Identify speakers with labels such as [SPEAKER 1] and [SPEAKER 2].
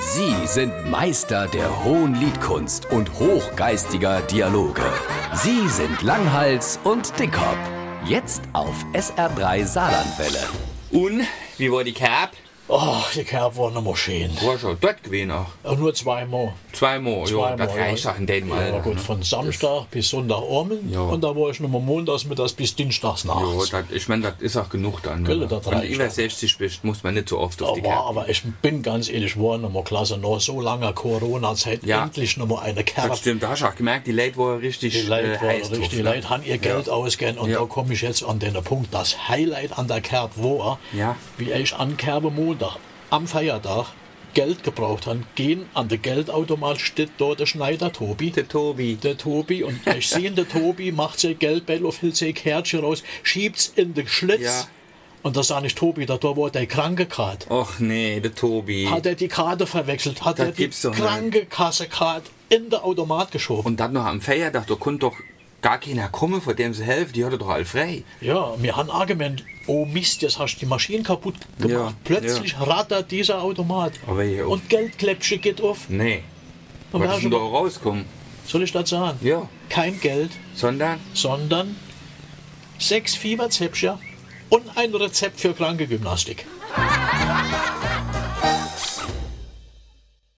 [SPEAKER 1] Sie sind Meister der hohen Liedkunst und hochgeistiger Dialoge. Sie sind Langhals und Dickhop. Jetzt auf SR3 Saarlandwelle.
[SPEAKER 2] Und, wie war die Kerb?
[SPEAKER 3] Ach, Oh, die Kerb war noch mal schön.
[SPEAKER 2] War schon dort gewesen auch.
[SPEAKER 3] Auch nur zweimal.
[SPEAKER 2] Zweimal, ja, das reicht auch in dem Mal.
[SPEAKER 3] Ja, gut, von Samstag bis Sonntagabend.
[SPEAKER 2] Ja.
[SPEAKER 3] Und da war ich nochmal montags mittags bis dienstags
[SPEAKER 2] Ja,
[SPEAKER 3] nachts.
[SPEAKER 2] das, ich meine, das ist auch genug dann.
[SPEAKER 3] Gell,
[SPEAKER 2] ne?
[SPEAKER 3] das
[SPEAKER 2] Wenn du
[SPEAKER 3] reicht
[SPEAKER 2] über
[SPEAKER 3] auch. Oh,
[SPEAKER 2] 60 bist, muss man nicht so oft auf die
[SPEAKER 3] aber,
[SPEAKER 2] Kerb.
[SPEAKER 3] aber ich bin ganz ehrlich, war nochmal klasse. Nach so langer Corona-Zeit
[SPEAKER 2] Ja.
[SPEAKER 3] endlich nochmal eine Kerb.
[SPEAKER 2] Das stimmt, da hast du auch gemerkt, die Leute waren richtig
[SPEAKER 3] Die Leute
[SPEAKER 2] äh,
[SPEAKER 3] waren
[SPEAKER 2] heiß
[SPEAKER 3] richtig,
[SPEAKER 2] drauf.
[SPEAKER 3] die
[SPEAKER 2] ne?
[SPEAKER 3] Leute haben ihr Geld ausgegeben und
[SPEAKER 2] Ja.
[SPEAKER 3] da komme ich jetzt an den Punkt. Das Highlight an der Kerb war,
[SPEAKER 2] Ja.
[SPEAKER 3] wie ich an Kerbe Montag am Feiertag Geld gebraucht habe, gehen an den Geldautomat, steht dort der Schneider Tobi.
[SPEAKER 2] Der Tobi.
[SPEAKER 3] Der Tobi und ich sehe, der Tobi macht sein Geldbeutel auf, hält sein Kärtchen raus, schiebt's in den Schlitz.
[SPEAKER 2] Ja.
[SPEAKER 3] Und da sage ich, Tobi, da war der Krankekart.
[SPEAKER 2] Och nee, der Tobi.
[SPEAKER 3] Hat er die Karte verwechselt, hat
[SPEAKER 2] Das
[SPEAKER 3] er die
[SPEAKER 2] Hm. gibt's doch nicht.
[SPEAKER 3] Krankenkassekarte in den Automat geschoben.
[SPEAKER 2] Und dann noch am Feiertag, da konnte doch gar keiner kommen, vor dem sie helfen, die hatte doch alle frei.
[SPEAKER 3] Ja, wir haben Argument, oh Mist, jetzt hast du die Maschine kaputt gemacht.
[SPEAKER 2] Ja,
[SPEAKER 3] Plötzlich rattert dieser Automat.
[SPEAKER 2] Aber hier auf-
[SPEAKER 3] und Geldkläppchen geht auf.
[SPEAKER 2] Nee.
[SPEAKER 3] Und da
[SPEAKER 2] Was ist
[SPEAKER 3] hast
[SPEAKER 2] denn
[SPEAKER 3] du-
[SPEAKER 2] da rauskommen?
[SPEAKER 3] Soll ich das sagen?
[SPEAKER 2] Ja.
[SPEAKER 3] Kein Geld,
[SPEAKER 2] Sondern?
[SPEAKER 3] sondern sechs Fieberzäpfchen und ein Rezept für Krankengymnastik.